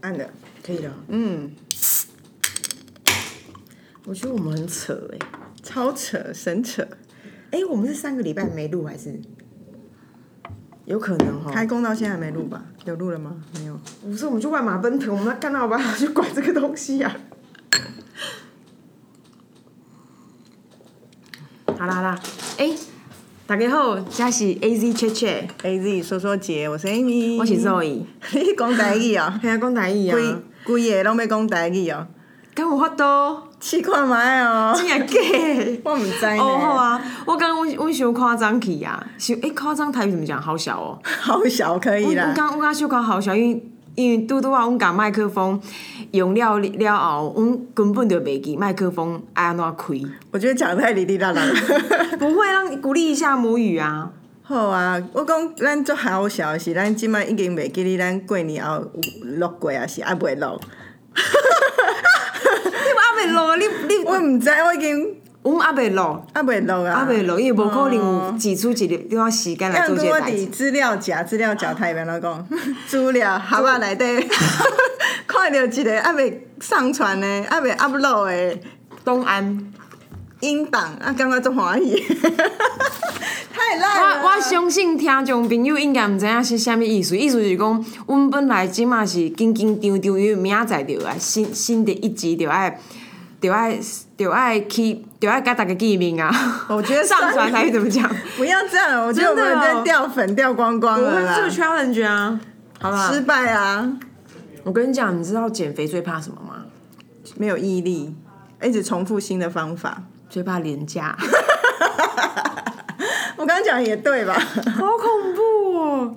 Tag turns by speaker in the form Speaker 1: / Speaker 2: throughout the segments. Speaker 1: 按了，可以了。嗯，我觉得我们很扯哎、
Speaker 2: 欸超扯，神扯！
Speaker 1: 哎、我们是上个礼拜没录还是？有可能哈，
Speaker 2: 开工到现在还没录吧？有录了吗？没有。
Speaker 1: 不是我们就万马奔腾，我们要干到吧，去管这个东西呀、啊。 好啦好啦，哎、大家好，这是 A Z 切切，
Speaker 2: A Z 说说姐，我是 Amy，
Speaker 1: 我是 Zoe，
Speaker 2: 你讲台语 哦，
Speaker 1: 嗯嘿啊，讲台语啊，
Speaker 2: 规规个拢要讲台语哦，
Speaker 1: 敢有法度？
Speaker 2: 试看卖哦，
Speaker 1: 真的 假的？
Speaker 2: 我毋知呢，
Speaker 1: 哦好啊，我刚刚我我想夸张去啊，想哎夸张台语怎么讲？好小哦。
Speaker 2: 好小可
Speaker 1: 我
Speaker 2: 以
Speaker 1: 我
Speaker 2: 啦，
Speaker 1: 刚我刚小可好笑，因为因为拄拄啊，阮甲麦克风用了了后，阮根本就袂记麦克风爱安怎么开。
Speaker 2: 我觉得讲太哩哩 啦啦。
Speaker 1: 不会让鼓励一下母语啊，
Speaker 2: 好啊，我讲咱足好笑的是，咱即摆已经袂记哩，咱过年后有录过啊，是啊袂录。
Speaker 1: 你们阿袂录，啊你你
Speaker 2: 我毋知，我已经
Speaker 1: 我们阿袂录，
Speaker 2: 啊袂录啊。
Speaker 1: 阿袂录，啊因为无可能有挤出一个段时间来
Speaker 2: 要
Speaker 1: 做
Speaker 2: 跟
Speaker 1: 这个
Speaker 2: 我
Speaker 1: 代志
Speaker 2: 伫。资料夹，资料夹台面来讲， 资料盒仔内底看到一个还未上传的，还未 upload 的
Speaker 1: 东安，
Speaker 2: 音档，啊，感觉足欢 喜，太烂了。
Speaker 1: 我我相信听众朋友应该毋知影是啥物意思，意思就是讲，阮本来即嘛是紧紧张张，因为明仔载就要新新的一集就爱就爱就爱去就爱甲大家见面 啊。
Speaker 2: 我觉得
Speaker 1: 上传台语怎么讲？
Speaker 2: 不要这样，我觉得我
Speaker 1: 真
Speaker 2: 们
Speaker 1: 的哦
Speaker 2: 在掉粉掉光光
Speaker 1: 我
Speaker 2: 了
Speaker 1: 们
Speaker 2: 啦
Speaker 1: 做，challenge 啊，好吧
Speaker 2: 失？败啊，
Speaker 1: 我跟你讲，你知道减肥最怕什么吗？
Speaker 2: 没有毅力，一直重复新的方法。
Speaker 1: 最怕廉价，
Speaker 2: 我刚刚讲的也对吧？
Speaker 1: 好恐怖哦！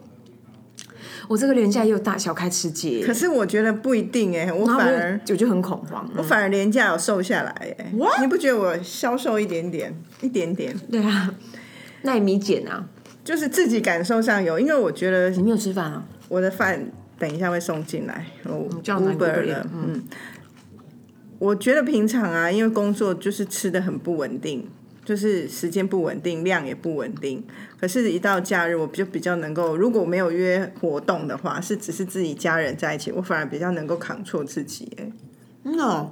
Speaker 1: 我这个廉价也有大小开吃
Speaker 2: 可
Speaker 1: 戒，
Speaker 2: 是我觉得不一定哎、我
Speaker 1: 然后
Speaker 2: 反
Speaker 1: 我
Speaker 2: 而
Speaker 1: 就我就很恐慌。
Speaker 2: 我反而廉价有瘦下来耶、
Speaker 1: What？
Speaker 2: 你不觉得我消瘦一点点，一点点，
Speaker 1: 对啊，那你米减啊？
Speaker 2: 就是自己感受上有，因为我觉得
Speaker 1: 你没有吃饭啊？
Speaker 2: 我的饭等一下会送进来，我
Speaker 1: 叫难
Speaker 2: Uber 了，嗯，我觉得平常啊，因为工作就是吃的很不稳定，就是时间不稳定，量也不稳定。可是，一到假日，我就比较能够，如果没有约活动的话，是只是自己家人在一起，我反而比较能够扛错自己、欸耶。
Speaker 1: no，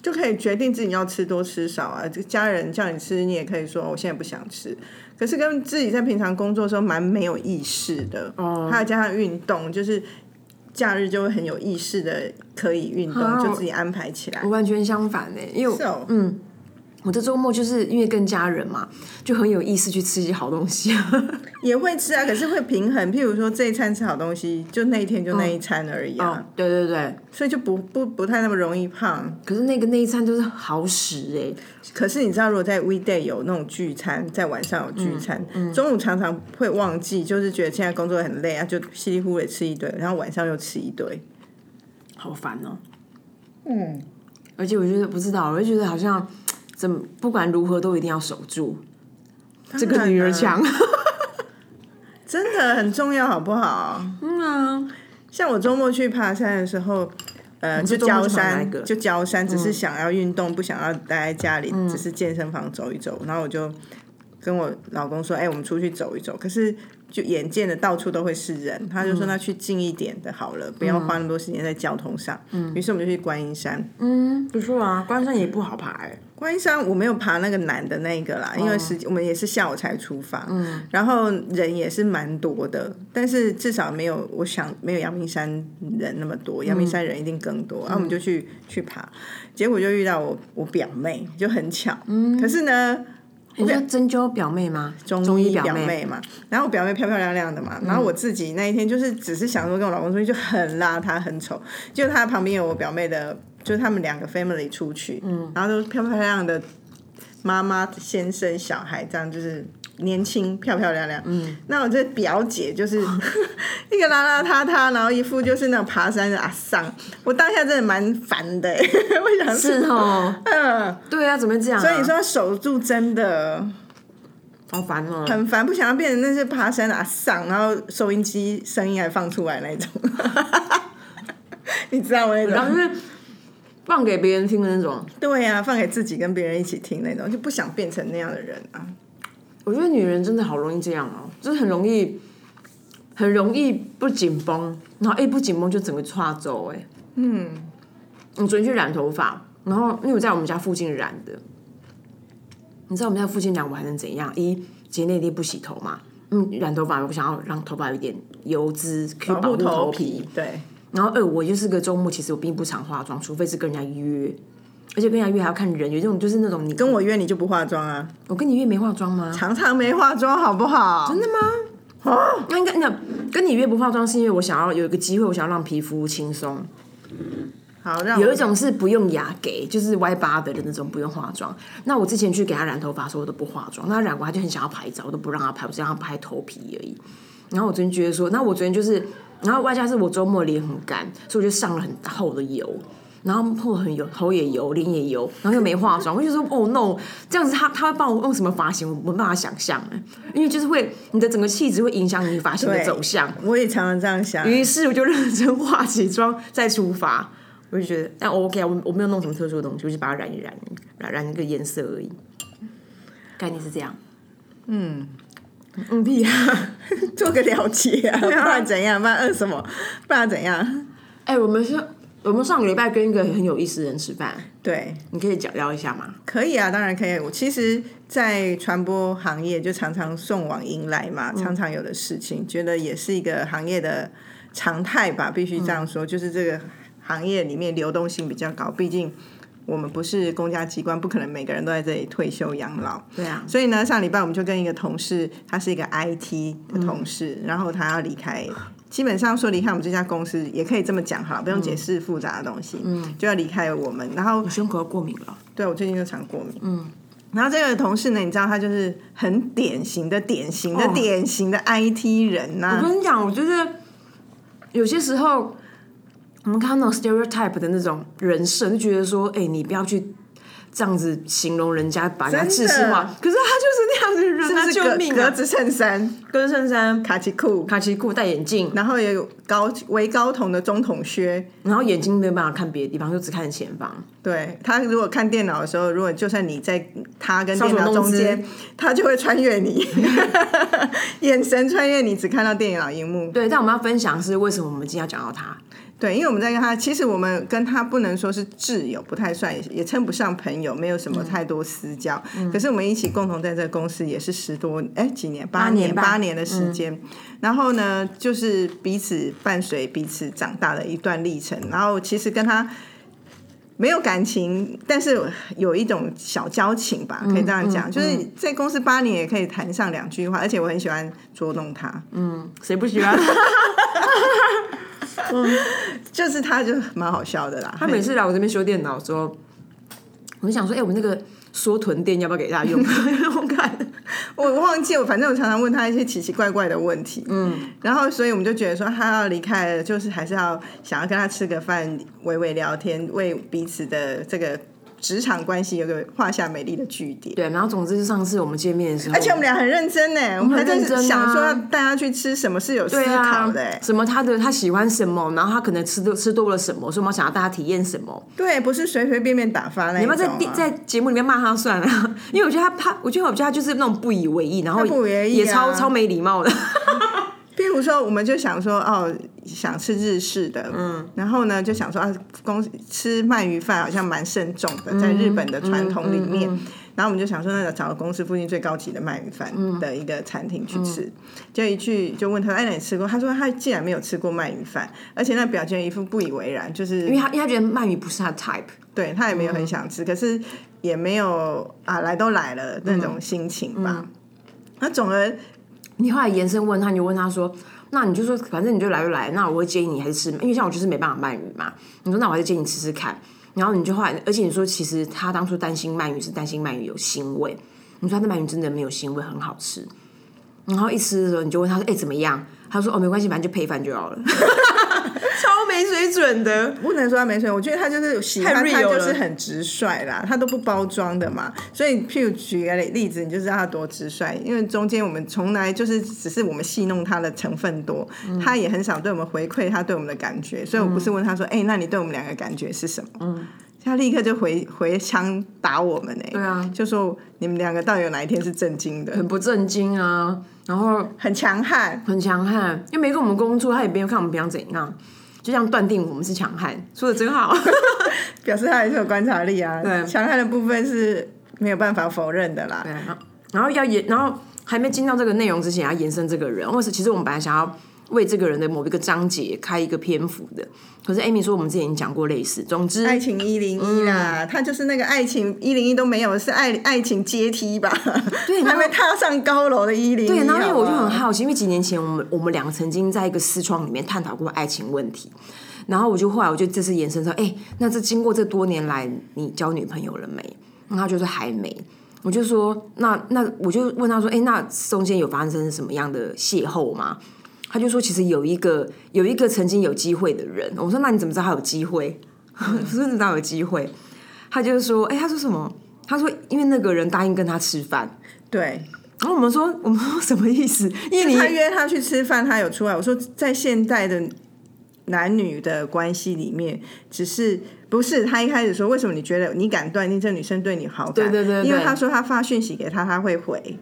Speaker 2: 就可以决定自己要吃多吃少啊。这家人叫你吃，你也可以说我现在不想吃。可是跟自己在平常工作的时候蛮没有意识的，
Speaker 1: 哦
Speaker 2: 还有加上运动，就是假日就会很有意识的可以运动，
Speaker 1: 啊
Speaker 2: 就自己安排起来
Speaker 1: 我。完全相反呢、因为我
Speaker 2: 是哦
Speaker 1: 嗯，我这周末就是因为跟家人嘛，就很有意思去吃一些好东 西。
Speaker 2: 也会吃啊，可是会平衡。譬如说这一餐吃好东西，就那一天就那一餐而已啊，
Speaker 1: 哦，对对对，
Speaker 2: 所以就不不不太那么容易胖。
Speaker 1: 可是那个那一餐就是好屎哎、
Speaker 2: 可是你知道，如果在 weekday 有那种聚餐，在晚上有聚餐，
Speaker 1: 嗯
Speaker 2: 中午常常会忘记，就是觉得现在工作很累啊，就稀里糊涂地吃一堆，然后晚上又吃一堆。
Speaker 1: 好烦哦、嗯，而且我觉得不知道，我就觉得好像怎么不管如何都一定要守住这个女儿
Speaker 2: 当然啊
Speaker 1: 墙。
Speaker 2: 真的很重要，好不好？
Speaker 1: 嗯啊，
Speaker 2: 像我周末去爬山的时候，呃，
Speaker 1: 你
Speaker 2: 就是
Speaker 1: 周末
Speaker 2: 焦
Speaker 1: 去爬哪一
Speaker 2: 山
Speaker 1: 个，嗯
Speaker 2: 就焦山，只是想要运动，不想要待在家里，只是健身房走一走。然后我就跟我老公说：“哎、我们出去走一走。”可是就眼见的到处都会是人，他就
Speaker 1: 嗯
Speaker 2: 说：“那去近一点的好了，不要花那么多时间在交通上。”于是我们就去观音山。
Speaker 1: 嗯，不错啊，关山也不好爬哎、
Speaker 2: 观音山我没有爬那个难的那一个啦，因为时我们也是下午才出发，然后人也是蛮多的，但是至少没有我想没有阳明山人那么多，阳明山人一定更多，然后我们就去去爬，结果就遇到我我表妹，就很巧，可是呢。
Speaker 1: 你说针灸表妹吗？
Speaker 2: 中
Speaker 1: 医
Speaker 2: 表
Speaker 1: 妹，嗯
Speaker 2: 嘛，然后我表妹漂漂亮亮的嘛，然后我自己那一天就是只是想说跟我老公出去就很邋遢很丑，就她旁边有我表妹的，就是他们两个 family 出去，
Speaker 1: 嗯
Speaker 2: 然后都漂漂亮亮的妈妈先生小孩这样就是。年轻漂漂亮亮，嗯，那我这表姐就是一 个邋邋遢遢，然后一副就是那种爬山的阿桑，我当下真的蛮烦的、欸 我想
Speaker 1: 是哦，
Speaker 2: 嗯，
Speaker 1: 对啊，怎么会这样、啊？
Speaker 2: 所以你说要守住真的，
Speaker 1: 好烦哦、
Speaker 2: 很烦，不想要变成那些爬山的阿桑，然后收音机声音还放出来那种， 你知道我那
Speaker 1: 然
Speaker 2: 种？
Speaker 1: 后就是放给别人听的那种。
Speaker 2: 对呀、放给自己跟别人一起听那种，就不想变成那样的人啊。
Speaker 1: 我觉得女人真的好容易这样哦、就是很容易很容易不紧绷，然后一不紧绷就整个岔走哎、嗯，我昨天去染头发，然后因为我在我们家附近染的，你知道我们家附近染我还能怎样？一姐内地不洗头嘛，嗯，染头发我想要让头发有点油脂，可以
Speaker 2: 保
Speaker 1: 保护
Speaker 2: 护头
Speaker 1: 皮。
Speaker 2: 皮，对，
Speaker 1: 然后二，我就是个周末，其实我并不常化妆，除非是跟人家约，而且跟人家约还要看人，有这种就是那种你
Speaker 2: 跟我约你就不化妆啊，
Speaker 1: 我跟你约没化妆吗？
Speaker 2: 常常没化妆好不好？真的
Speaker 1: 那应该那跟你约不化妆是因为我想要有一个机会，我想要让皮肤轻松。
Speaker 2: 好，让
Speaker 1: 有
Speaker 2: 我
Speaker 1: 一种是不用雅给，就是歪八的的那种，不用化妆。那我之前去给他染头发的时候，我都不化妆。那他染过，他就很想要拍照，我都不让他拍，我只让他拍头皮而已。然后我昨天觉得说，那我昨天就是，然后外加是我周末脸很干，所以我就上了很厚的油，然后后很油，头也油，脸也油，然后又没化妆，我就说哦 no，这样子他他会帮我用什么发型，我没办法想象哎，因为就是会你的整个气质会影响你发型的
Speaker 2: 对
Speaker 1: 走向。
Speaker 2: 我也常常这样啊想，
Speaker 1: 于是我就认真化起妆再出发，我就觉得，但我 OK 啊，我我没有弄什么特殊的东西，我就把它染一染，染染一个颜色而已。概念是这样，嗯，嗯屁啊！
Speaker 2: 做个了解啊，不然怎样？不然饿什么？不然怎样？
Speaker 1: 哎、我们是，我们上个礼拜跟一个很有意思的人吃饭，
Speaker 2: 对，
Speaker 1: 你可以讲聊一下吗？
Speaker 2: 可以啊，当然可以。我其实，在传播行业就常常送往迎来嘛，常常有的事情，觉得也是一个行业的常态吧，必须这样说。就是这个行业里面流动性比较高，毕竟我们不是公家机关，不可能每个人都在这里退休养老。
Speaker 1: 对啊，
Speaker 2: 所以呢，上礼拜我们就跟一个同事，他是一个 IT 的同事，然后他要离开，基本上说离开我们这家公司，也可以这么讲哈，不用解释复杂的东西，嗯，就要离开我们。然后
Speaker 1: 我胸口要过敏了，
Speaker 2: 对我最近就常过敏，嗯。然后这个同事呢，你知道他就是很典型的、典型的、
Speaker 1: 哦
Speaker 2: 典型的 IT 人呐、
Speaker 1: 我跟你讲，我觉得有些时候我们看到那种 stereotype 的那种人设，就觉得说，哎、你不要去这样子形容人家，把人家
Speaker 2: 真
Speaker 1: 自
Speaker 2: 的
Speaker 1: 视化。可是他就是那样子的人，
Speaker 2: 是不
Speaker 1: 他
Speaker 2: 是
Speaker 1: 救
Speaker 2: 格
Speaker 1: 命
Speaker 2: 格
Speaker 1: 啊！
Speaker 2: 子衬衫、
Speaker 1: 格子衬衫、
Speaker 2: 卡其裤，
Speaker 1: 卡其裤、戴眼镜，
Speaker 2: 然后也有高微高筒的中筒靴，
Speaker 1: 然后眼睛没有办法看别的地方，就只看前方。
Speaker 2: 对他，如果看电脑的时候，如果就算你在他跟
Speaker 1: 搔
Speaker 2: 电
Speaker 1: 首
Speaker 2: 脑
Speaker 1: 弄
Speaker 2: 中
Speaker 1: 姿
Speaker 2: 间，他就会穿越 你，眼神穿越你，只看到电脑荧幕。
Speaker 1: 对，但我们要分享是为什么我们今天要讲到他。
Speaker 2: 对，因为我们在跟他，其实我们跟他不能说是挚友，不太算，也也称不上朋友，没有什么
Speaker 1: 嗯
Speaker 2: 太多私交。可是我们一起共同在这个公司也是十多哎几年，八
Speaker 1: 年吧嗯
Speaker 2: 八年的时间。然后呢，就是彼此伴随彼此长大的一段历程。然后其实跟他。没有感情，但是有一种小交情吧，可以这
Speaker 1: 嗯
Speaker 2: 样讲，就是在公司八年也可以谈上两句话，而且我很喜欢捉弄他。
Speaker 1: 嗯，谁不喜欢？
Speaker 2: 就是他就蛮好笑的啦。
Speaker 1: 他每次来我这边修电脑的时候，我就想说，哎、我们那个缩臀垫要不要给大家用 用看？
Speaker 2: 我忘记我，反正我常常问他一些奇奇怪怪的问题，嗯，然后所以我们就觉得说他要离开了，就是还是要想要跟他吃个饭，娓娓聊天，为彼此的这个职场关系有个画下美丽的句点。
Speaker 1: 对，然后总之是上次我们见面的时候，
Speaker 2: 而且我们俩很认真呢，我们还
Speaker 1: 很
Speaker 2: 在
Speaker 1: 认真啊
Speaker 2: 想说要带他去吃什么是有思
Speaker 1: 对
Speaker 2: 考
Speaker 1: 啊
Speaker 2: 的欸，，
Speaker 1: 什么他的他喜欢什么，然后他可能吃多吃多了什么，所以我们想要大家体验什么。
Speaker 2: 对，不是随随便便打发那一
Speaker 1: 你
Speaker 2: 种
Speaker 1: 要
Speaker 2: 啊。
Speaker 1: 不要在地在节目里面骂他算了， 因为我觉得他他，我觉得我觉得他就是那种不以为意，然后
Speaker 2: 他不以为意啊
Speaker 1: 也超超没礼貌的。
Speaker 2: 譬如说，我们就想说，哦，想吃日式的，嗯，然后呢，就想说，啊，公吃鳗鱼饭好像蛮慎重
Speaker 1: 嗯
Speaker 2: 的，在日本的传统里面。然后我们就想说，那找公司附近最高级的鳗鱼饭的
Speaker 1: 嗯
Speaker 2: 一个餐厅去吃，就一去就问他，哎，那你吃过？他说他竟然没有吃过鳗鱼饭，而且那表情一副不以为然，就是
Speaker 1: 因为嗯他因为他觉得鳗鱼不是他的 type，
Speaker 2: 对他也没有很想吃，可是也没有啊，来都来了那
Speaker 1: 嗯
Speaker 2: 种心情吧。那总而
Speaker 1: 你后来延伸问他，你就问他说，那你就说反正你就来就来，那我会建议你还是吃，因为像我就是没办法鳗鱼嘛，你说那我还是建议你吃吃看。然后你就后来，而且你说其实他当初担心鳗鱼是担心鳗鱼有腥味，你说他的鳗鱼真的没有腥味，很好吃。然后一吃的时候你就问他说，哎、怎么样？他说哦没关系，反正就配饭就好了， 超没水准的。
Speaker 2: 不能说他没水，我觉得他就是喜欢
Speaker 1: 太 real
Speaker 2: 他就
Speaker 1: 了
Speaker 2: 是很直率啦，他都不包装的嘛。所以，譬如举个例子，你就知道他多直率，因为中间我们从来就是只是我们戏弄他的成分多，他也
Speaker 1: 嗯
Speaker 2: 很少对我们回馈他对我们的感觉。所以我不是问他说：“哎、那你对我们两个感觉是什么？”嗯。他立刻就回回枪打我们呢、欸
Speaker 1: 对啊，
Speaker 2: 就说你们两个到底有哪一天是震惊的，
Speaker 1: 很不正经啊，然后
Speaker 2: 很强悍，
Speaker 1: 很强悍，又没跟我们工作，他也没有看我们平常怎样，就这样断定我们是强悍，说的真好。
Speaker 2: 表示他还是有观察力啊。
Speaker 1: 对
Speaker 2: 强悍的部分是没有办法否认的啦。
Speaker 1: 对，啊然后然后要延，然后还没进到这个内容之前，要延伸这个人，或是其实我们本来想要为这个人的某一个章节开一个篇幅的，可是 Amy 说我们之前已经讲过类似，总之
Speaker 2: 爱情一零一啦，
Speaker 1: 嗯
Speaker 2: 他就是那个爱情一零一都没有，是爱爱情阶梯吧？
Speaker 1: 对然
Speaker 2: 还
Speaker 1: 后
Speaker 2: 没踏上高楼的一零一。
Speaker 1: 对，然后因为我就
Speaker 2: 好不
Speaker 1: 很
Speaker 2: 好
Speaker 1: 好奇，因为几年前我们我们两个曾经在一个私创里面探讨过爱情问题，然后我就后来我就这次延伸说，哎、那这经过这多年来，你交女朋友了没？然后他就说还没。我就说，那那我就问他说，哎、那中间有发生什么样的邂逅吗？他就说，其实有一个有一个曾经有机会的人。我说，那你怎么知道他有机会？ 我说你知道有机会？他就说，哎、他说什么？他说，因为那个人答应跟他吃饭。
Speaker 2: 对，
Speaker 1: 然后我们说， 我们说什么意思？因为你
Speaker 2: 他约他去吃饭，他有出来。我说，在现代的男女的关系里面，只是不是他一开始说，为什么你觉得你敢断定这女生对你好感？
Speaker 1: 对对对对
Speaker 2: 因为他说他发讯息给他，他会回。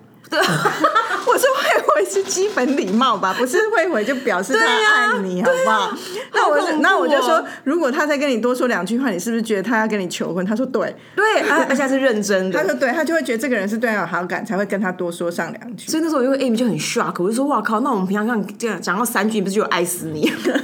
Speaker 2: 我说会回是基本礼貌吧，不是会回就表示
Speaker 1: 对啊
Speaker 2: 他爱你，好不好？那我
Speaker 1: 好
Speaker 2: 就
Speaker 1: 恐怖
Speaker 2: 那我就说
Speaker 1: 哦，
Speaker 2: 如果他再跟你多说两句话，你是不是觉得他要跟你求婚？他说对，
Speaker 1: 对，而而且他是认真
Speaker 2: 他
Speaker 1: 的。
Speaker 2: 说对，他就会觉得这个人是对他有好感，才会跟他多说上两句。
Speaker 1: 所以那时候我就 Amy 就很 shock，我就说哇靠，那我们平常像这样讲到三句，你不是就有爱死你？
Speaker 2: 对，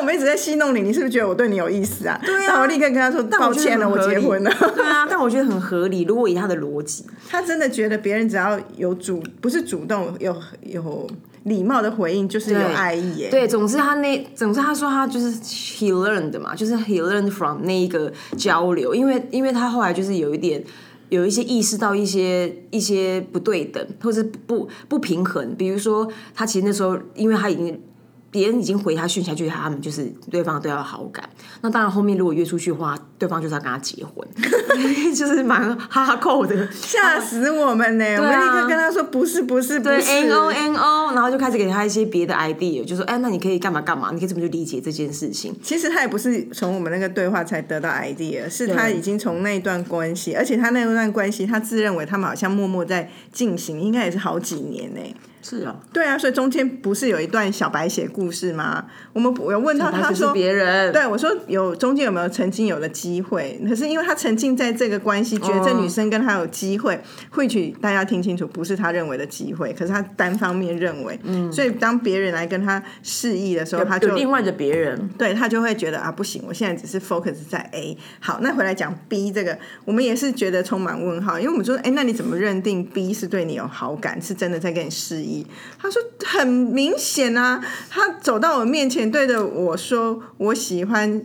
Speaker 2: 我们一直在戏弄你，你是不是觉得我对你有意思啊？
Speaker 1: 对啊
Speaker 2: 然后我立刻跟他说
Speaker 1: 但
Speaker 2: 抱
Speaker 1: 觉得
Speaker 2: 歉了，
Speaker 1: 很
Speaker 2: 我
Speaker 1: 合
Speaker 2: 结
Speaker 1: 理
Speaker 2: 婚了。
Speaker 1: 对啊，但我觉得很合理。如果以他的逻辑，
Speaker 2: 他真的觉得别人只要有主，不是主动有有礼貌的回应，就是有
Speaker 1: 对
Speaker 2: 爱意耶。
Speaker 1: 对，总之他那，总之他说他就是 he learned 的嘛，就是 he learned from 那一个交流，因为因为他后来就是有一点。有一些意识到一些一些不对等，或是不不平衡，比如说他其实那时候，因为他已经别人已经回他讯息，他觉得他们就是对方对他有好感。那当然后面如果约出去的话，对方就是要跟他结婚， 就是蛮哈扣的。
Speaker 2: 吓死我们呢！我们
Speaker 1: 啊
Speaker 2: 立刻跟他说不是不是不
Speaker 1: 对
Speaker 2: 是。
Speaker 1: ，N O N O，然后就开始给他一些别的 idea，就说，哎，那你可以干嘛干嘛，你可以怎么去理解这件事情？
Speaker 2: 其实他也不是从我们那个对话才得到 idea，是他已经从那一段关系，而且他那一段关系，他自认为他们好像默默在进行，应该也是好几年呢、
Speaker 1: 是啊，
Speaker 2: 对啊，所以中间不是有一段小白写故事吗？我们我有问到他
Speaker 1: 他是
Speaker 2: 说，
Speaker 1: 别人，
Speaker 2: 对我说有中间有没有曾经有的机会？可是因为他沉浸在这个关系，觉得这
Speaker 1: 哦
Speaker 2: 女生跟他有机会，或许大家听清楚，不是他认为的机会，可是他单方面认为，嗯，所以当别人来跟他示意的时候，他就
Speaker 1: 有另外的别人，
Speaker 2: 对他就会觉得啊，不行，我现在只是 focus 在 A。好，那回来讲 B 这个，我们也是觉得充满问号，因为我们说，哎、那你怎么认定 B 是对你有好感，是真的在跟你示意？他说很明显啊，他走到我面前，对着我说，我喜欢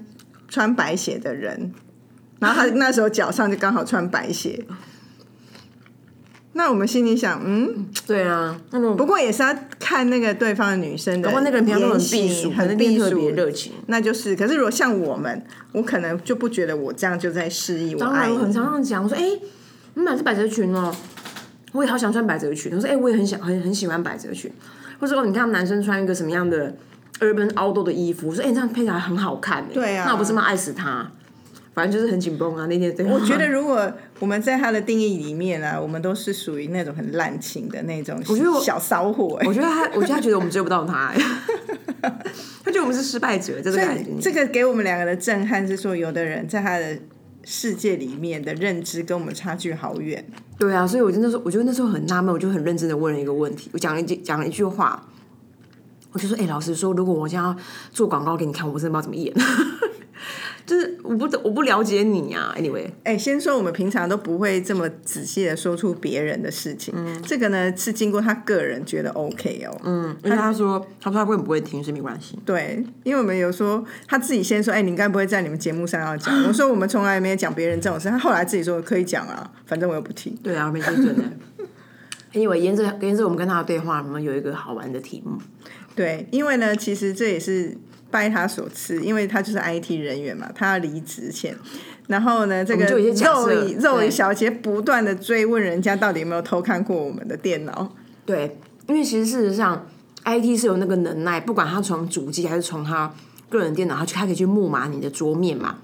Speaker 2: 穿白鞋的人。然后他那时候脚上就刚好穿白 鞋。那我们心里想，嗯，
Speaker 1: 对啊，那种
Speaker 2: 不过也是要看那个对方的女生的
Speaker 1: 不过那个人平常都很
Speaker 2: 言行
Speaker 1: 避暑，可
Speaker 2: 很
Speaker 1: 能那
Speaker 2: 避
Speaker 1: 天特
Speaker 2: 暑
Speaker 1: 别，热情。
Speaker 2: 那就是，可是如果像我们，我可能就不觉得我这样就在示意我
Speaker 1: 当
Speaker 2: 爱
Speaker 1: 然，我很
Speaker 2: 你。
Speaker 1: 常常讲，我说，哎，你买这百褶裙哦，我也好想穿百褶裙。我说，哎，我也很想，很很喜欢百褶裙。或者说，哦你看男生穿一个什么样的 urban outdoor 的衣服，我说，哎，这样配起来很好看，哎
Speaker 2: 对啊
Speaker 1: 那我不是蛮爱死他。反正就是很紧绷啊，那天对话。
Speaker 2: 我觉得如果我们在他的定义里面啊，我们都是属于那种很滥情的那种
Speaker 1: 觉得我
Speaker 2: 小骚货、欸。
Speaker 1: 我觉得他，我觉得他觉得我们追不到他、欸， 他觉得我们是失败者，在这个感
Speaker 2: 但
Speaker 1: 情。
Speaker 2: 这个给我们两个的震撼是说，有的人在他的世界里面的认知跟我们差距好远。
Speaker 1: 对啊，所以我真的说，我觉得那时候很纳闷，我就很认真的问了一个问题，我讲了一句讲了一句话，我就说，哎、老实说，如果我现在要做广告给你看，我真的不知道怎么演， 就是我不我不了解你啊，anyway，
Speaker 2: 哎、先说我们平常都不会这么仔细的说出别人的事情，这个呢是经过他个人觉得 OK 哦，嗯，
Speaker 1: 嗯嗯，而且他说，他说他根本不会听，所以没关系。
Speaker 2: 对，因为我们有说他自己先说，哎、你该不会在你们节目上要讲？ 我说我们从来没有讲别人这种事，他后来自己说可以讲啊，反正我又不听。
Speaker 1: 对啊，没水准的。anyway，沿着沿着我们跟他的对话，我们有一个好玩的题目，
Speaker 2: 对，因为呢，其实这也是拜他所赐，因为他就是 IT 人员嘛，他要离职前，然后呢，这个
Speaker 1: 我们就有一些假
Speaker 2: 肉
Speaker 1: 设
Speaker 2: 姨肉姨
Speaker 1: 对
Speaker 2: 小姐不断的追问人家到底有没有偷看过我们的电脑，
Speaker 1: 对，因为其实事实上，IT 是有那个能耐，不管他从主机还是从他个人电脑，他去他可以去木马你的桌面嘛。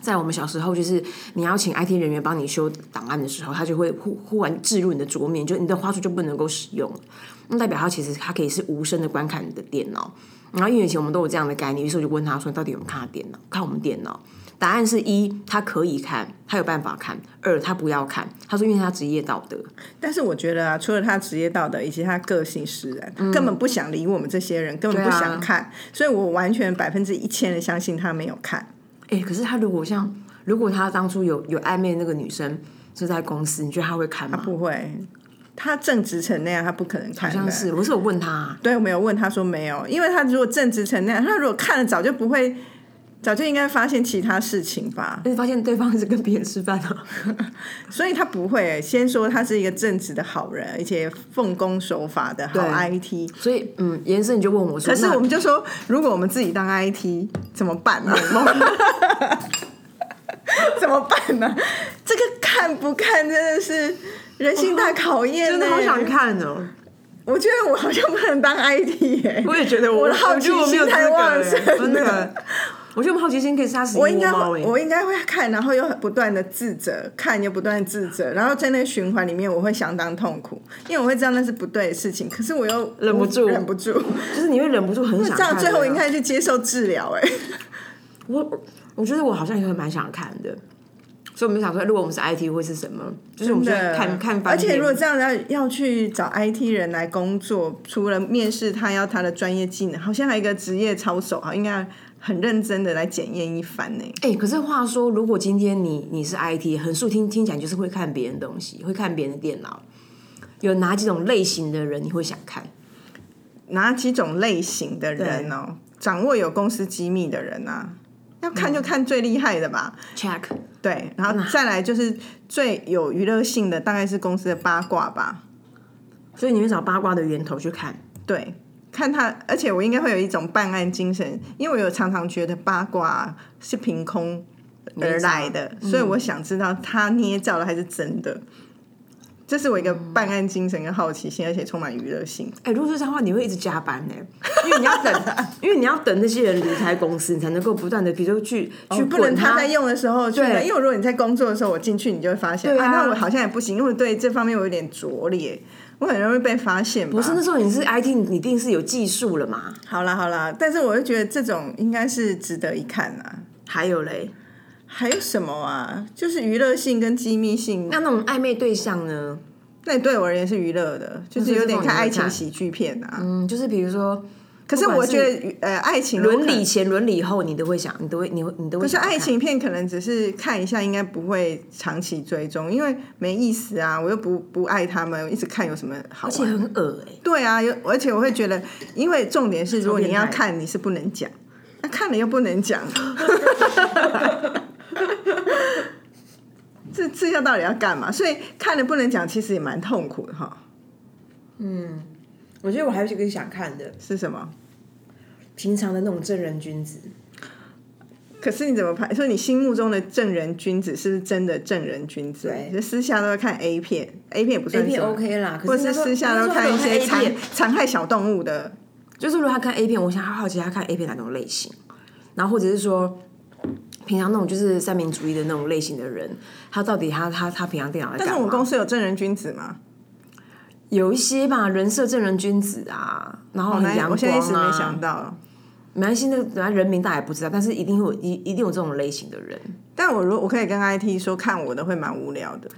Speaker 1: 在我们小时候，就是你要请 IT 人员帮你修档案的时候，他就会忽忽然置入你的桌面，就你的花束就不能够使用了。那代表他其实他可以是无声的观看你的电脑。然后因为以前我们都有这样的概念，于是我就问他说：“你到底有没有看他电脑？看我们电脑？”答案是一，他可以看，他有办法看；二，他不要看。他说，因为他职业道德。
Speaker 2: 但是我觉得啊，除了他职业道德以及他个性使然，根本不想理我们这些人，根本不
Speaker 1: 嗯对啊
Speaker 2: 想看，所以我完全百分之一千的相信他没有看。
Speaker 1: 哎、可是他如果像，如果他当初有有暧昧那个女生是在公司，你觉得他会看吗？
Speaker 2: 不会，他正直成那样，他不可能看
Speaker 1: 好
Speaker 2: 的。
Speaker 1: 像是，我是有问他、啊，
Speaker 2: 对，我没有问他说没有，因为他如果正直成那样，他如果看了早就不会，早就应该发现其他事情吧。
Speaker 1: 但是发现对方是跟别人吃饭 啊。
Speaker 2: 所以他不会、先说他是一个正直的好人，而且奉公守法的好
Speaker 1: 对
Speaker 2: IT。
Speaker 1: 所以，嗯，延伸你就问我说，
Speaker 2: 可是
Speaker 1: 那
Speaker 2: 我们就说，如果我们自己当 IT 怎么办呢、 怎么办呢、这个看不看真的是人性大考验、欸
Speaker 1: 真的好想，看哦、
Speaker 2: 我觉得我好像不能当 IT 耶、
Speaker 1: 我也觉得我，
Speaker 2: 我的好奇
Speaker 1: 我觉得我没有
Speaker 2: 心
Speaker 1: 资
Speaker 2: 太
Speaker 1: 格
Speaker 2: 旺
Speaker 1: 欸
Speaker 2: 盛
Speaker 1: 真
Speaker 2: 了
Speaker 1: 的。我觉得我们好奇心可以杀死一
Speaker 2: 我应
Speaker 1: 窝
Speaker 2: 该
Speaker 1: 猫
Speaker 2: 会，
Speaker 1: 哎。
Speaker 2: 我应该会看，然后又不断的自责，看又不断地自责，然后在那个循环里面，我会相当痛苦，因为我会知道那是不对的事情，可是我又
Speaker 1: 忍不住
Speaker 2: 忍不住，
Speaker 1: 就是你会忍不住很想
Speaker 2: 这样
Speaker 1: 看。
Speaker 2: 最后
Speaker 1: 对
Speaker 2: 应
Speaker 1: 啊
Speaker 2: 该去接受治疗、哎，
Speaker 1: 我我觉得我好像也会蛮想看的，所以我们就想说，如果我们是 IT 会是什么？就是我们就
Speaker 2: 真的
Speaker 1: 看看翻
Speaker 2: 而且
Speaker 1: 篇
Speaker 2: 如果这样要要去找 IT 人来工作，除了面试他要他的专业技能，好像还有一个职业操守，好应该很认真的来检验一番呢、
Speaker 1: 哎、可是话说，如果今天你你是 IT，横竖听听起来就是会看别人的东西，会看别人的电脑。有哪几种类型的人你会想看？
Speaker 2: 哪几种类型的人哦、掌握有公司机密的人啊，要
Speaker 1: 嗯
Speaker 2: 看就看最厉害的吧。
Speaker 1: check
Speaker 2: 对，然后再来就是最有娱乐性的，大概是公司的八卦吧。
Speaker 1: 所以你会找八卦的源头去看。
Speaker 2: 对，看他，而且我应该会有一种办案精神，因为我有常常觉得八卦是凭空而来的，所以我想知道他捏造的还是真的。这是我一个办案精神跟好奇心，而且充满娱乐性。
Speaker 1: 哎、如果是这样的话，你会一直加班呢、因为你要 等，因为你要等那些人离开公司，你才能够不断的，比如说去、去
Speaker 2: 哦不能
Speaker 1: 滚
Speaker 2: 他在用的时候去
Speaker 1: 对
Speaker 2: 用，因为如果你在工作的时候我进去，你就会发现
Speaker 1: 对啊
Speaker 2: 那我好像也不行，因为我对这方面我有点拙劣，我很容易被发现吧。
Speaker 1: 不是那时候你是 IT，你一定是有技术了嘛？
Speaker 2: 好啦好啦，但是我就觉得这种应该是值得一看啊。
Speaker 1: 还有嘞，
Speaker 2: 还有什么啊？就是娱乐性跟机密性，
Speaker 1: 那那种暧昧对象呢？
Speaker 2: 那对我而言是娱乐的，就是有点看爱情喜剧片啊。
Speaker 1: 嗯，就是比如说
Speaker 2: 可是我觉得，呃，爱情
Speaker 1: 伦
Speaker 2: 我可
Speaker 1: 理
Speaker 2: 能，
Speaker 1: 前、伦理后，你都会想，你都会，你会，你都会
Speaker 2: 可是
Speaker 1: 想看。
Speaker 2: 爱情片可能只是看一下，应该不会长期追踪，因为没意思啊。我又不不爱他们，一直看有什么好
Speaker 1: 而且
Speaker 2: 玩？
Speaker 1: 很恶哎、
Speaker 2: 对啊，有而且我会觉得，因为重点是，如果你要
Speaker 1: 超变态
Speaker 2: 看，你是不能讲，那看了又不能讲， 这这要到底要干嘛？所以看了不能讲，其实也蛮痛苦的哈。
Speaker 1: 我觉得我还有一个想看的，
Speaker 2: 是什么？
Speaker 1: 平常的那种正人君子，
Speaker 2: 可是你怎么排？说你心目中的正人君子是不是真的正人君子？
Speaker 1: 对
Speaker 2: 就私下都要看 A 片，A 片也不算
Speaker 1: A 片
Speaker 2: 什么
Speaker 1: OK 啦
Speaker 2: 或
Speaker 1: 可
Speaker 2: 者
Speaker 1: 是
Speaker 2: 是
Speaker 1: 他说
Speaker 2: 私下都看一些残
Speaker 1: 他说他有看 A
Speaker 2: 残害小动物的。
Speaker 1: 就是如果他看 A 片，我想他好奇他看 A 片哪种类型，然后或者是说。平常那种就是三民主义的那种类型的人，他到底他他他平常电脑在
Speaker 2: 但
Speaker 1: 干嘛？
Speaker 2: 是我们公司有正人君子吗？
Speaker 1: 有一些吧，人设正人君子啊，然后
Speaker 2: 好
Speaker 1: 很
Speaker 2: 难，
Speaker 1: 阳光啊。
Speaker 2: 我现在一直没想到。
Speaker 1: 没关系，那个本来人名大家也不知道，但是一定会有一一定有这种类型的人。
Speaker 2: 但我如我可以跟 IT 说，看我的会蛮无聊的，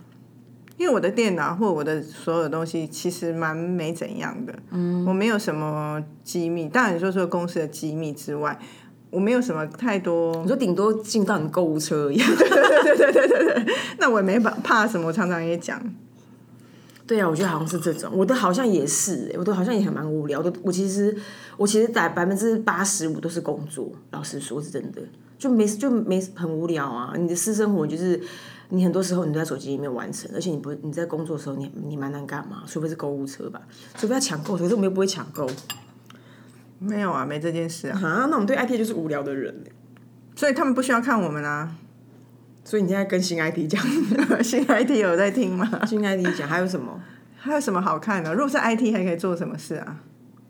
Speaker 2: 因为我的电脑或我的所有东西其实蛮没怎样的，嗯，我没有什么机密。当然，你说除了公司的机密之外，我没有什么太多
Speaker 1: 我，说顶多进到你购物车而已。
Speaker 2: 那我也没怕怕什么。我常常也讲，
Speaker 1: 对啊，我觉得好像是这种，我的好像也是、欸我的好像也很蛮无聊的。我其实我其实百百分之八十五都是工作，老实说是真的，就没就没很无聊啊。你的私生活就是你很多时候你都在手机里面完成，而且你不你在工作的时候你你蛮难干嘛，除非是购物车吧，除非要抢购，可是我们又不会抢购
Speaker 2: 没有啊，没这件事啊，
Speaker 1: 啊。那我们对 IP 就是无聊的人、欸
Speaker 2: 所以他们不需要看我们啊。
Speaker 1: 所以你现在跟新 IP 讲，
Speaker 2: 新 IT 有在听吗？
Speaker 1: 新 IP 讲还有什么
Speaker 2: 还有什么好看的？如果是 IT，还可以做什么事啊？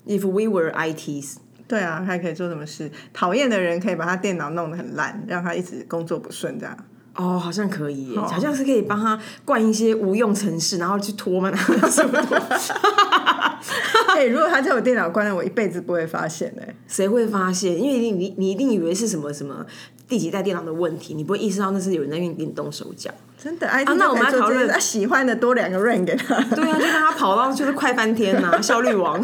Speaker 1: ？If we were ITs，
Speaker 2: 对啊，还可以做什么事？讨厌的人可以把他电脑弄得很烂，让他一直工作不顺这 样。
Speaker 1: 哦，好像可以耶，好像是可以帮他灌一些无用程式，然后去拖慢他的速度。
Speaker 2: 哎、如果他在我电脑关了，我一辈子不会发现哎、
Speaker 1: 谁会发现？因为你你你一定以为是什么什么第几代电脑的问题，你不会意识到那是有人在给你给你动手 脚。
Speaker 2: 真的。哎、
Speaker 1: 啊那我们来讨论
Speaker 2: 啊，喜欢的多两个 rank 给他，
Speaker 1: 对啊，就让他跑到就是快翻天 呐、效率王。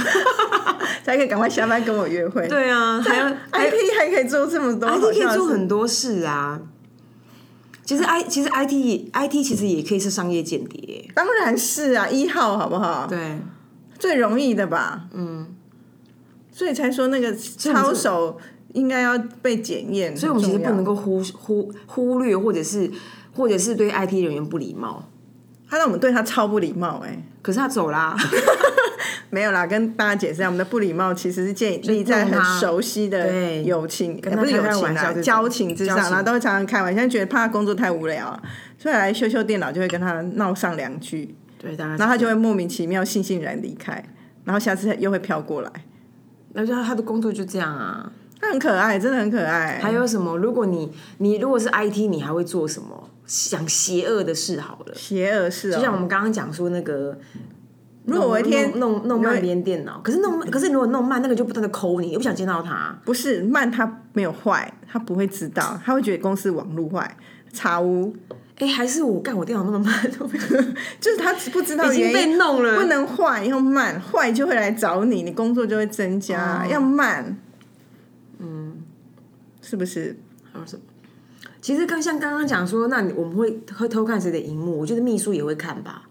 Speaker 2: 才可以赶快下班跟我约会。
Speaker 1: 对啊，还有还有
Speaker 2: IP 还可以做这么多，
Speaker 1: IT
Speaker 2: 好像
Speaker 1: 可以做
Speaker 2: 是
Speaker 1: 很多事啊。其实 I 其实 IT 也 IT 其实也可以是商业间谍耶。
Speaker 2: 当然是啊，一号好不好？
Speaker 1: 对，
Speaker 2: 最容易的吧。嗯，所以才说那个
Speaker 1: 以我们
Speaker 2: 操手应该要被检验，
Speaker 1: 所以我们其实
Speaker 2: 很重
Speaker 1: 不
Speaker 2: 要
Speaker 1: 能够忽忽忽略，或者是或者是对 IT 人员不礼貌。
Speaker 2: 他让我们对他超不礼貌哎、
Speaker 1: 可是他 走啦，
Speaker 2: 没有啦，跟大家解释一下，我们的不礼貌其实是建立在
Speaker 1: 弄他
Speaker 2: 很熟悉的
Speaker 1: 对
Speaker 2: 友情，
Speaker 1: 跟
Speaker 2: 也
Speaker 1: 他
Speaker 2: 不是友
Speaker 1: 开开
Speaker 2: 情
Speaker 1: 玩笑
Speaker 2: 啦
Speaker 1: 这，种
Speaker 2: 交情之上
Speaker 1: 交
Speaker 2: 啦，
Speaker 1: 情
Speaker 2: 然后都会常常开玩笑，觉得怕他工作太无聊啊，所以来修修电脑就会跟他闹上两句，
Speaker 1: 对，大家
Speaker 2: 然后他就会莫名其妙悻悻然离开，然后下次又会飘过来，
Speaker 1: 那就他的工作就这样啊。
Speaker 2: 他很可爱，真的很可爱。
Speaker 1: 还有什么？如果你你如果是 IT，你还会做什么？想邪恶的事好了，
Speaker 2: 邪恶是
Speaker 1: 就像我
Speaker 2: 哦，
Speaker 1: 们刚刚讲说那个。
Speaker 2: 如果我一天
Speaker 1: 弄弄弄慢边电脑，可是弄慢，可是如果弄慢，那个就不断的抠你，又不想见到他。
Speaker 2: 不是慢，他没有坏，他不会知道，他会觉得公司网路坏。查无，
Speaker 1: 哎、还是我干我电脑那么慢，都不
Speaker 2: 就是他不知道
Speaker 1: 已经
Speaker 2: 原因
Speaker 1: 被弄了
Speaker 2: 不能坏，要慢，坏就会来找你，你工作就会增加，
Speaker 1: 哦
Speaker 2: 要慢，嗯，
Speaker 1: 嗯
Speaker 2: 是不是？
Speaker 1: 还有什么？其实刚像刚刚讲说，那你我们会会偷看谁的荧幕？我觉得秘书也会看吧，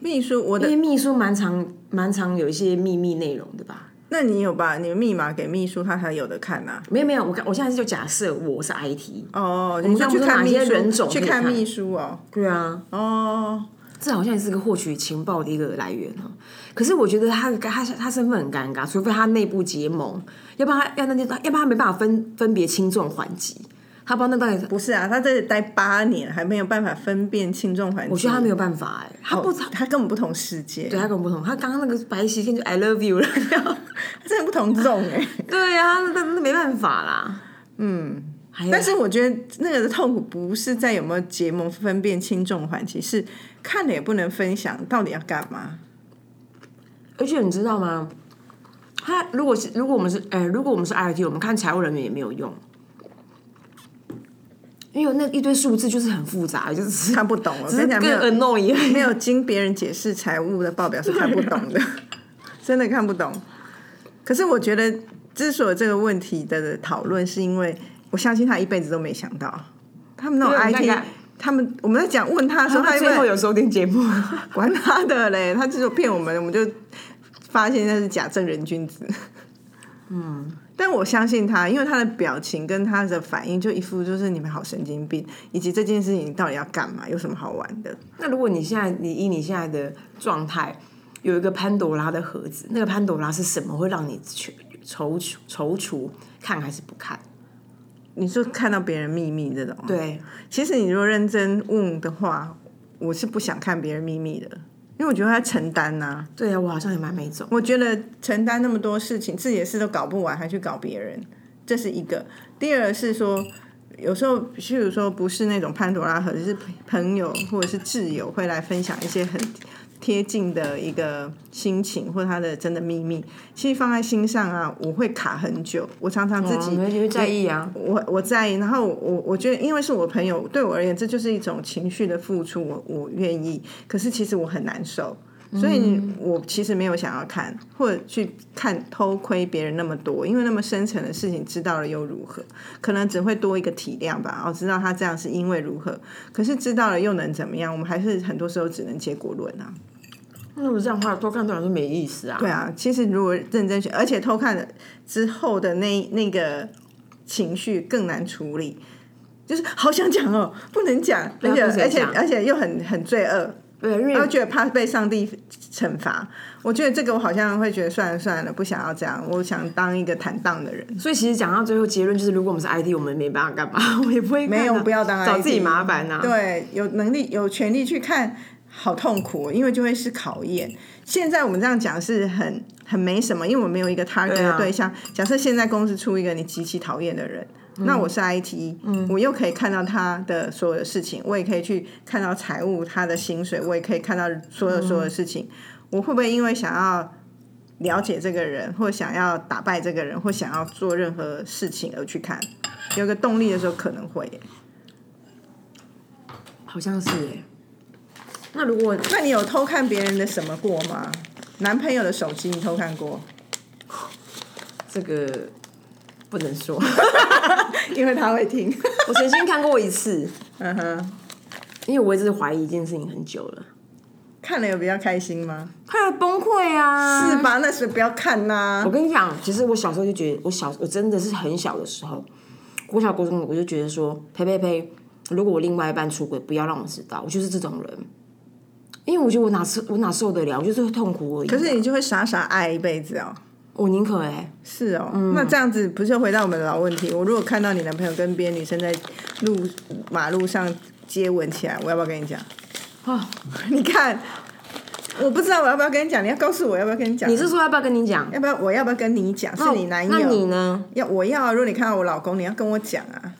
Speaker 2: 秘书，我
Speaker 1: 因
Speaker 2: 的，
Speaker 1: 为秘书蛮常蛮常有一些秘密内容的吧。
Speaker 2: 那你有把你的密码给秘书，他才有的看呐、
Speaker 1: 没有没有，我刚我现在就假设我是 IT，
Speaker 2: 哦，
Speaker 1: 们
Speaker 2: 你就
Speaker 1: 刚
Speaker 2: 去
Speaker 1: 不是
Speaker 2: 看
Speaker 1: 哪
Speaker 2: 秘
Speaker 1: 些
Speaker 2: 书，
Speaker 1: 人种
Speaker 2: 去
Speaker 1: 可以
Speaker 2: 看
Speaker 1: 看
Speaker 2: 秘书哦，
Speaker 1: 对啊，
Speaker 2: 哦，
Speaker 1: 这好像也是个获取情报的一个来源哦。可是我觉得他他他身份很尴尬，除非他内部结盟，要不然他要那就要不然他没办法分分别轻重缓急，他不知道那到底。
Speaker 2: 不是啊，他在这里待八年还没有办法分辨轻重缓急，
Speaker 1: 我觉得他没有办法
Speaker 2: 哦
Speaker 1: 哎、他不、
Speaker 2: 他根本不同世界，
Speaker 1: 对他跟我不同，他刚刚那个白皙天就 I love you 了，
Speaker 2: 他真的不同种 哎、
Speaker 1: 对啊，那那那没办法啦，嗯，还有
Speaker 2: 但是我觉得那个的痛苦不是在有没有结盟分辨轻重缓急，是看了也不能分享，到底要干嘛？
Speaker 1: 而且你知道吗？他如果是如果我们是哎、如果我们是 IT，我们看财务人员也没有用，因为那一堆数字就是很复杂，就 是
Speaker 2: 看不懂我
Speaker 1: 只
Speaker 2: 跟
Speaker 1: 是
Speaker 2: 你讲
Speaker 1: 更
Speaker 2: 没有
Speaker 1: annoying。
Speaker 2: 没有经别人解释财务的报表是看不懂的， 真的看不懂。可是我觉得，之所以这个问题的讨论，是因为我相信他一辈子都没想到，他们那种
Speaker 1: 对你看
Speaker 2: IT
Speaker 1: 看。
Speaker 2: 他们我们在讲问他的时
Speaker 1: 他
Speaker 2: 候，他
Speaker 1: 们
Speaker 2: 一
Speaker 1: 最
Speaker 2: 辈
Speaker 1: 后有收听节目，
Speaker 2: 管他的嘞，他就是骗我们，我们就发现他是假正人君子。嗯，
Speaker 1: 嗯
Speaker 2: 但我相信他，因为他的表情跟他的反应，就一副就是你们好神经病，以及这件事情到底要干嘛，有什么好玩的？
Speaker 1: 那如果你现在你以你现在的状态，有一个潘朵拉的盒子，那个潘朵拉是什么会让你去踌躇踌躇看还是不看？
Speaker 2: 你就看到别人秘密这种，啊
Speaker 1: 对，
Speaker 2: 其实你如果认真问的话，我是不想看别人秘密的，因为我觉得他承担呐、
Speaker 1: 对啊，我好像也蛮没种。
Speaker 2: 我觉得承担那么多事情，自己的事都搞不完，还去搞别人，这是一个。第二是说，有时候，譬如说，不是那种潘多拉盒，是朋友或者是挚友会来分享一些很贴近的一个心情或他的真的秘密。其实放在心上啊，我会卡很久。我常常自己、
Speaker 1: 哦你会你会在意啊？
Speaker 2: 我我在意，然后我我觉得，因为是我朋友，对我而言，这就是一种情绪的付出，我我愿意。可是其实我很难受，所以我其实没有想要看，或者去看偷窥别人那么多，因为那么深层的事情知道了又如何？可能只会多一个体谅吧。哦，知道他这样是因为如何，可是知道了又能怎么样？我们还是很多时候只能结果论啊。
Speaker 1: 那如果这样的话，多看多少是没意思啊。
Speaker 2: 对啊，其实如果认真学，而且偷看了之后的那那个情绪更难处理，就是好想讲哦，不能讲，
Speaker 1: 对
Speaker 2: 而
Speaker 1: 啊
Speaker 2: 且
Speaker 1: 不能
Speaker 2: 而且
Speaker 1: 讲嗯
Speaker 2: 而且又很很罪恶，
Speaker 1: 对，因为
Speaker 2: 然后觉得怕被上帝惩罚。我觉得这个我好像会觉得算了算了，不想要这样，我想当一个坦荡的人。
Speaker 1: 所以其实讲到最后，结论就是，如果我们是 IT，我们没办法 干嘛，我也不会看啊
Speaker 2: 没有不要当 IT
Speaker 1: 啊找自己麻烦呐、啊。
Speaker 2: 对，有能力有权利去看好痛苦哦，因为就会是考验。现在我们这样讲是很很没什么，因为我们没有一个 target
Speaker 1: 对啊
Speaker 2: 的对象。假设现在公司出一个你极其讨厌的人，
Speaker 1: 嗯
Speaker 2: 那我是 IT，、我又可以看到他的所有的事情，我也可以去看到财务他的薪水，我也可以看到所有所有的事情。我会不会因为想要了解这个人，或想要打败这个人，或想要做任何事情而去看？有个动力的时候可能会耶。
Speaker 1: 好像是哎、那如果
Speaker 2: 那你有偷看别人的什么过吗？男朋友的手机你偷看过？
Speaker 1: 这个不能说，
Speaker 2: 因为他会听。
Speaker 1: 我曾经看过一次，
Speaker 2: 嗯哼，
Speaker 1: 因为我一直怀疑一件事情很久了，
Speaker 2: 看了有比较开心吗？
Speaker 1: 快要崩溃啊！
Speaker 2: 是吧？那是不要看呐、
Speaker 1: 我跟你讲，其实我小时候就觉得，我小我真的是很小的时候，国小国中我就觉得说，呸呸呸，如果我另外一半出轨，不要让我知道，我就是这种人。因为我觉得我哪受我哪受得了，我就是会痛苦而已。
Speaker 2: 可是你就会傻傻爱一辈子哦。
Speaker 1: 我宁可哎、
Speaker 2: 是哦，那这样子不是回到我们的老问题？我如果看到你男朋友跟别的女生在路马路上接吻起来，我要不要跟你讲？
Speaker 1: 啊，
Speaker 2: 你看，我不知道我要不要跟你讲，你要告诉我要不要跟你讲？
Speaker 1: 你是说要不要跟你讲？
Speaker 2: 要不要？我要不要跟你讲？是
Speaker 1: 那
Speaker 2: 你男
Speaker 1: 那你
Speaker 2: 友？
Speaker 1: 呢？
Speaker 2: 要我要啊！如果你看到我老公，你要跟我讲啊。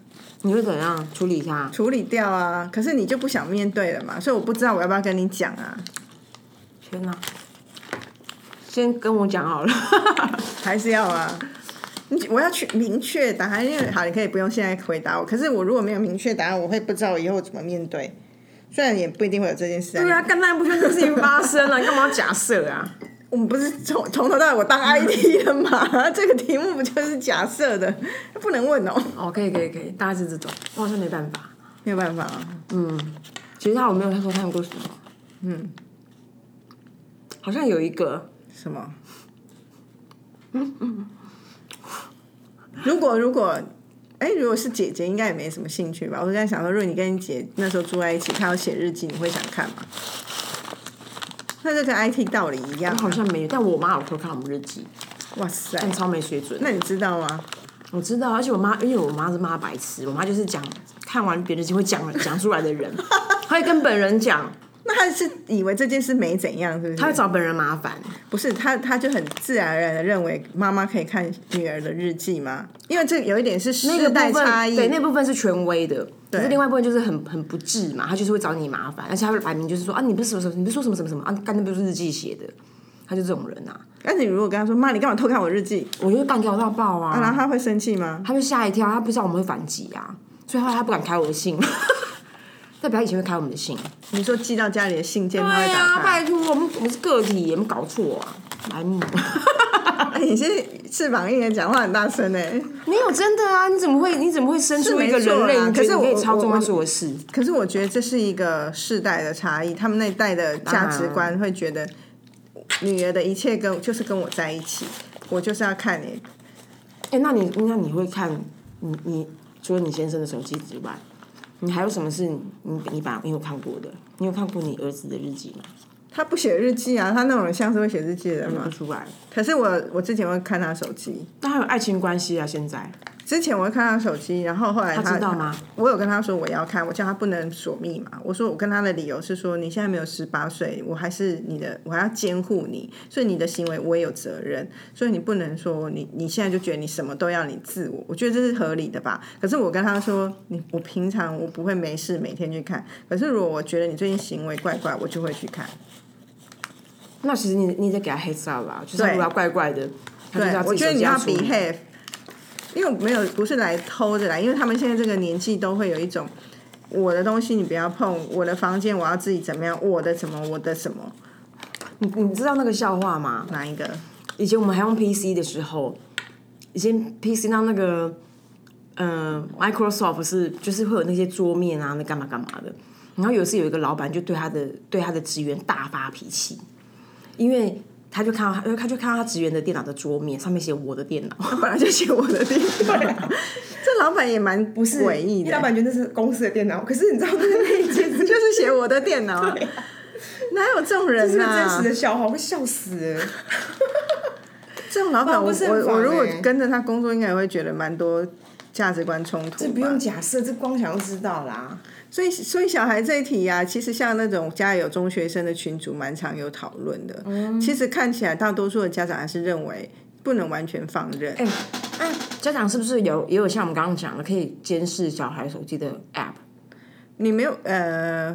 Speaker 1: 你会怎样处理他？
Speaker 2: 处理掉啊，可是你就不想面对了嘛，所以我不知道我要不要跟你讲啊，
Speaker 1: 天哪、先跟我讲 好了。
Speaker 2: 还是要啊？你我要去明确答案，因为好，你可以不用现在回答我，可是我如果没有明确答案，我会不知道我以后怎么面对。虽然也不一定会有这件事
Speaker 1: 对
Speaker 2: 啊，
Speaker 1: 啊，干那不就这事情发生了，你干嘛要假设啊？
Speaker 2: 我们不是从从头到尾我当 IT 的嘛，这个题目不就是假设的，不能问哦，
Speaker 1: 哦，可以可以可以，大概是这种，我好像没办法。嗯
Speaker 2: 没有办法啊。
Speaker 1: 其实他我没有看过看过什么，嗯，好像有一个
Speaker 2: 什么？ 如果如果，哎、如果是姐姐，应该也没什么兴趣吧？我在想说，如果你跟你姐那时候住在一起，她要写日记，你会想看吗？那就跟 IT 道理一样啊、
Speaker 1: 我好像没有，但我妈有偷看我们日记，
Speaker 2: 哇塞！
Speaker 1: 但超没水准。
Speaker 2: 那你知道吗？
Speaker 1: 我知道，而且我妈，因为我妈是妈白痴，我妈就是讲看完别人就会讲讲出来的人，她会跟本人讲，
Speaker 2: 那她是以为这件事没怎样，是不
Speaker 1: 她会
Speaker 2: 是？
Speaker 1: 找本人麻烦。
Speaker 2: 不是，她她就很自然而然的认为妈妈可以看女儿的日记吗？因为这有一点是
Speaker 1: 那个
Speaker 2: 世
Speaker 1: 部
Speaker 2: 代
Speaker 1: 分
Speaker 2: 差异，
Speaker 1: 对，那部分是权威的，可是
Speaker 2: 对
Speaker 1: 另外一部分就是很很不智嘛，他就是会找你麻烦，而且他会摆明就是说啊，你不是什么什么，你不是说什么什么什么啊，干那不是日记写的，他就这种人啊，
Speaker 2: 但是你如果跟她说妈，你干嘛偷看我日记？
Speaker 1: 我就会干掉到爆啊
Speaker 2: 啊然后她会生气吗？
Speaker 1: 他就吓一跳，他不知道我们会反击啊，所以后来他不敢开我的信。 代表以前会开我们的信，
Speaker 2: 你说寄到家里的信件，他会
Speaker 1: 对呀、
Speaker 2: 打开。
Speaker 1: 拜托，我们我们是个体，有没有搞错啊？白目，
Speaker 2: 哎你是翅膀硬的，讲话很大声哎、
Speaker 1: 没有真的啊？你怎么会你怎么会生出一
Speaker 2: 是
Speaker 1: 个
Speaker 2: 没错
Speaker 1: 人
Speaker 2: 啦
Speaker 1: 类？你觉
Speaker 2: 可是
Speaker 1: 得你
Speaker 2: 我
Speaker 1: 可以操纵
Speaker 2: 我
Speaker 1: 他
Speaker 2: 我
Speaker 1: 做的事？
Speaker 2: 可是我觉得这是一个世代的差异，他们那一代的价值观会觉得女儿的一切跟就是跟我在一起，我就是要看你。
Speaker 1: 哎、那你那你会看你你除了你先生的手机之外，你还有什么是你你你把你有看过的？你有看过你儿子的日记吗？
Speaker 2: 他不写日记啊，他那种人像是会写日记的人
Speaker 1: 看不
Speaker 2: 嘛。
Speaker 1: 出来。
Speaker 2: 可是我我之前会看他手机，
Speaker 1: 那还有爱情关系啊？现
Speaker 2: 哎
Speaker 1: 在
Speaker 2: 之前我会看他手机，然后后来
Speaker 1: 他知道吗？
Speaker 2: 我有跟他说我要看，我叫他不能锁密码。我说我跟他的理由是说，你现在没有十八岁，我还是你的，我还要监护你，所以你的行为我也有责任，所以你不能说你你现在就觉得你什么都要你自我，我觉得这是合理的吧。可是我跟他说，你我平常我不会没事每天去看，可是如果我觉得你最近行为怪怪，我就会去看。
Speaker 1: 那其实你你在给他黑哨啦，就是他
Speaker 2: 对
Speaker 1: 如果要怪怪的，他就是
Speaker 2: 对
Speaker 1: 要，自
Speaker 2: 我
Speaker 1: 己
Speaker 2: 觉得
Speaker 1: 手
Speaker 2: 你
Speaker 1: 机
Speaker 2: 要
Speaker 1: 要处理
Speaker 2: behave，因为我没有不是来偷着来，因为他们现在这个年纪都会有一种我的东西你不要碰，我的房间我要自己怎么样，我的什么我的什么
Speaker 1: 你你知道那个笑话吗？
Speaker 2: 哪一个？
Speaker 1: 以前我们还用 PC 的时候，以前 PC 到那个呃 Microsoft 是就是会有那些桌面啊，那干嘛干嘛的。然后有一次有一个老板就对他的对他的职员大发脾气，因为他就看到他他就看到他职员的电脑的桌面上面写我的电脑，
Speaker 2: 他本来就写我的地方，这老板也蛮不
Speaker 1: 是
Speaker 2: 诡异
Speaker 1: 因为
Speaker 2: 的，
Speaker 1: 老板觉得那是公司的电脑，可是你知道那 是那一间
Speaker 2: 就是写我的电 脑啊，哪有这种人
Speaker 1: 是个真
Speaker 2: 啊
Speaker 1: 实？的笑话，我会笑死了。
Speaker 2: 这种老板，
Speaker 1: 防不
Speaker 2: 我
Speaker 1: 胜
Speaker 2: 我
Speaker 1: 防
Speaker 2: 我如果
Speaker 1: 欸
Speaker 2: 跟着他工作，应该也会觉得蛮多价值观冲突
Speaker 1: 这不
Speaker 2: 吧
Speaker 1: 用假设，这光想就知道啦。
Speaker 2: 所以，所以小孩这一题呀、其实像那种家里有中学生的群组，蛮常有讨论的。
Speaker 1: 嗯
Speaker 2: 其实看起来，大多数的家长还是认为不能完全放任。
Speaker 1: 那家长是不是有也有像我们刚刚讲的，可以监视小孩手机的 app？
Speaker 2: 你没有呃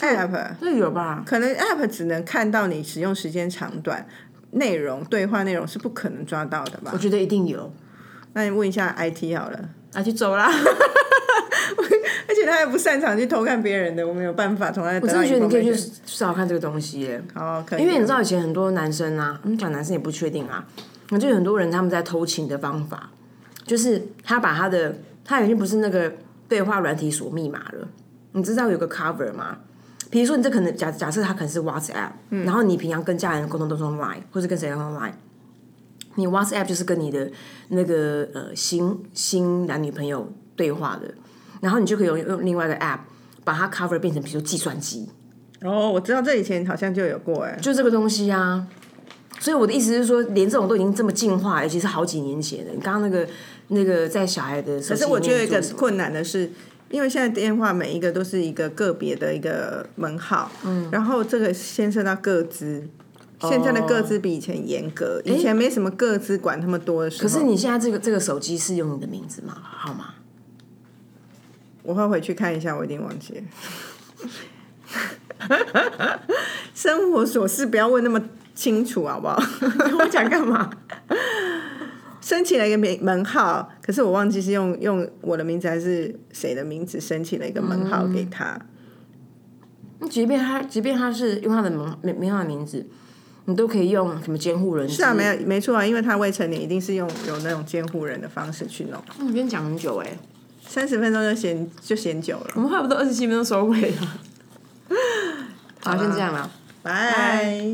Speaker 2: ，app
Speaker 1: 这有吧？
Speaker 2: 可能 app 只能看到你使用时间长短，内容对话内容是不可能抓到的吧
Speaker 1: 我？觉得一定有。
Speaker 2: 那你问一下 IT 好了，
Speaker 1: 拿去走啦！
Speaker 2: 而且他还不擅长去偷看别人的，我没有办法从他
Speaker 1: 我
Speaker 2: 得
Speaker 1: 真
Speaker 2: 到
Speaker 1: 的觉得你可以去
Speaker 2: information。
Speaker 1: 少看这个东西耶，
Speaker 2: 好，可以。
Speaker 1: 因为你知道以前很多男生啊，我们讲男生也不确定啊，我就有很多人他们在偷情的方法，就是他把他的他已经不是那个对话软体锁密码了，你知道有个 cover 吗？比如说你这可能假假设他可能是 WhatsApp，、
Speaker 2: 嗯
Speaker 1: 然后你平常跟家人沟通都是用 Line 或是跟谁用 Line，你 WhatsApp 就是跟你的那个呃新新男女朋友对话的，然后你就可以用用另外一个 app 把它 cover 变成比如说计算机，
Speaker 2: 哦，我知道这以前好像就有过哎、
Speaker 1: 就这个东西啊。所以我的意思是说，连这种都已经这么进化了，尤其是好几年前的。你刚刚那个那个在小孩的手
Speaker 2: 可是
Speaker 1: 机里面做什么，
Speaker 2: 我觉得有一个困难的是，因为现在电话每一个都是一个个别的一个门号，嗯，然后这个牵涉到个资。
Speaker 1: 哦
Speaker 2: 现在的个资比以前严格，以前没什么个资管那么多的时候。
Speaker 1: 可是你现在这个这个手机是用你的名字吗？好吗？
Speaker 2: 我会回去看一下，我一定忘记了。 生活琐事不要问那么清楚，好不好？
Speaker 1: 我讲 干嘛？
Speaker 2: 申请了一个门门号，可是我忘记是用用我的名字还是谁的名字申请了一个门号给他。
Speaker 1: 嗯即便他即便他是用他的名名名号的名字，你都可以用什么监护人？
Speaker 2: 是啊，没。有没错啊，因为他未成年，一定是用有那种监护人的方式去弄。
Speaker 1: 我们今天讲很久哎、
Speaker 2: 三十分钟就嫌就嫌久了，
Speaker 1: 我们 差不多二十七分钟收尾了。好，先这样了。
Speaker 2: 拜。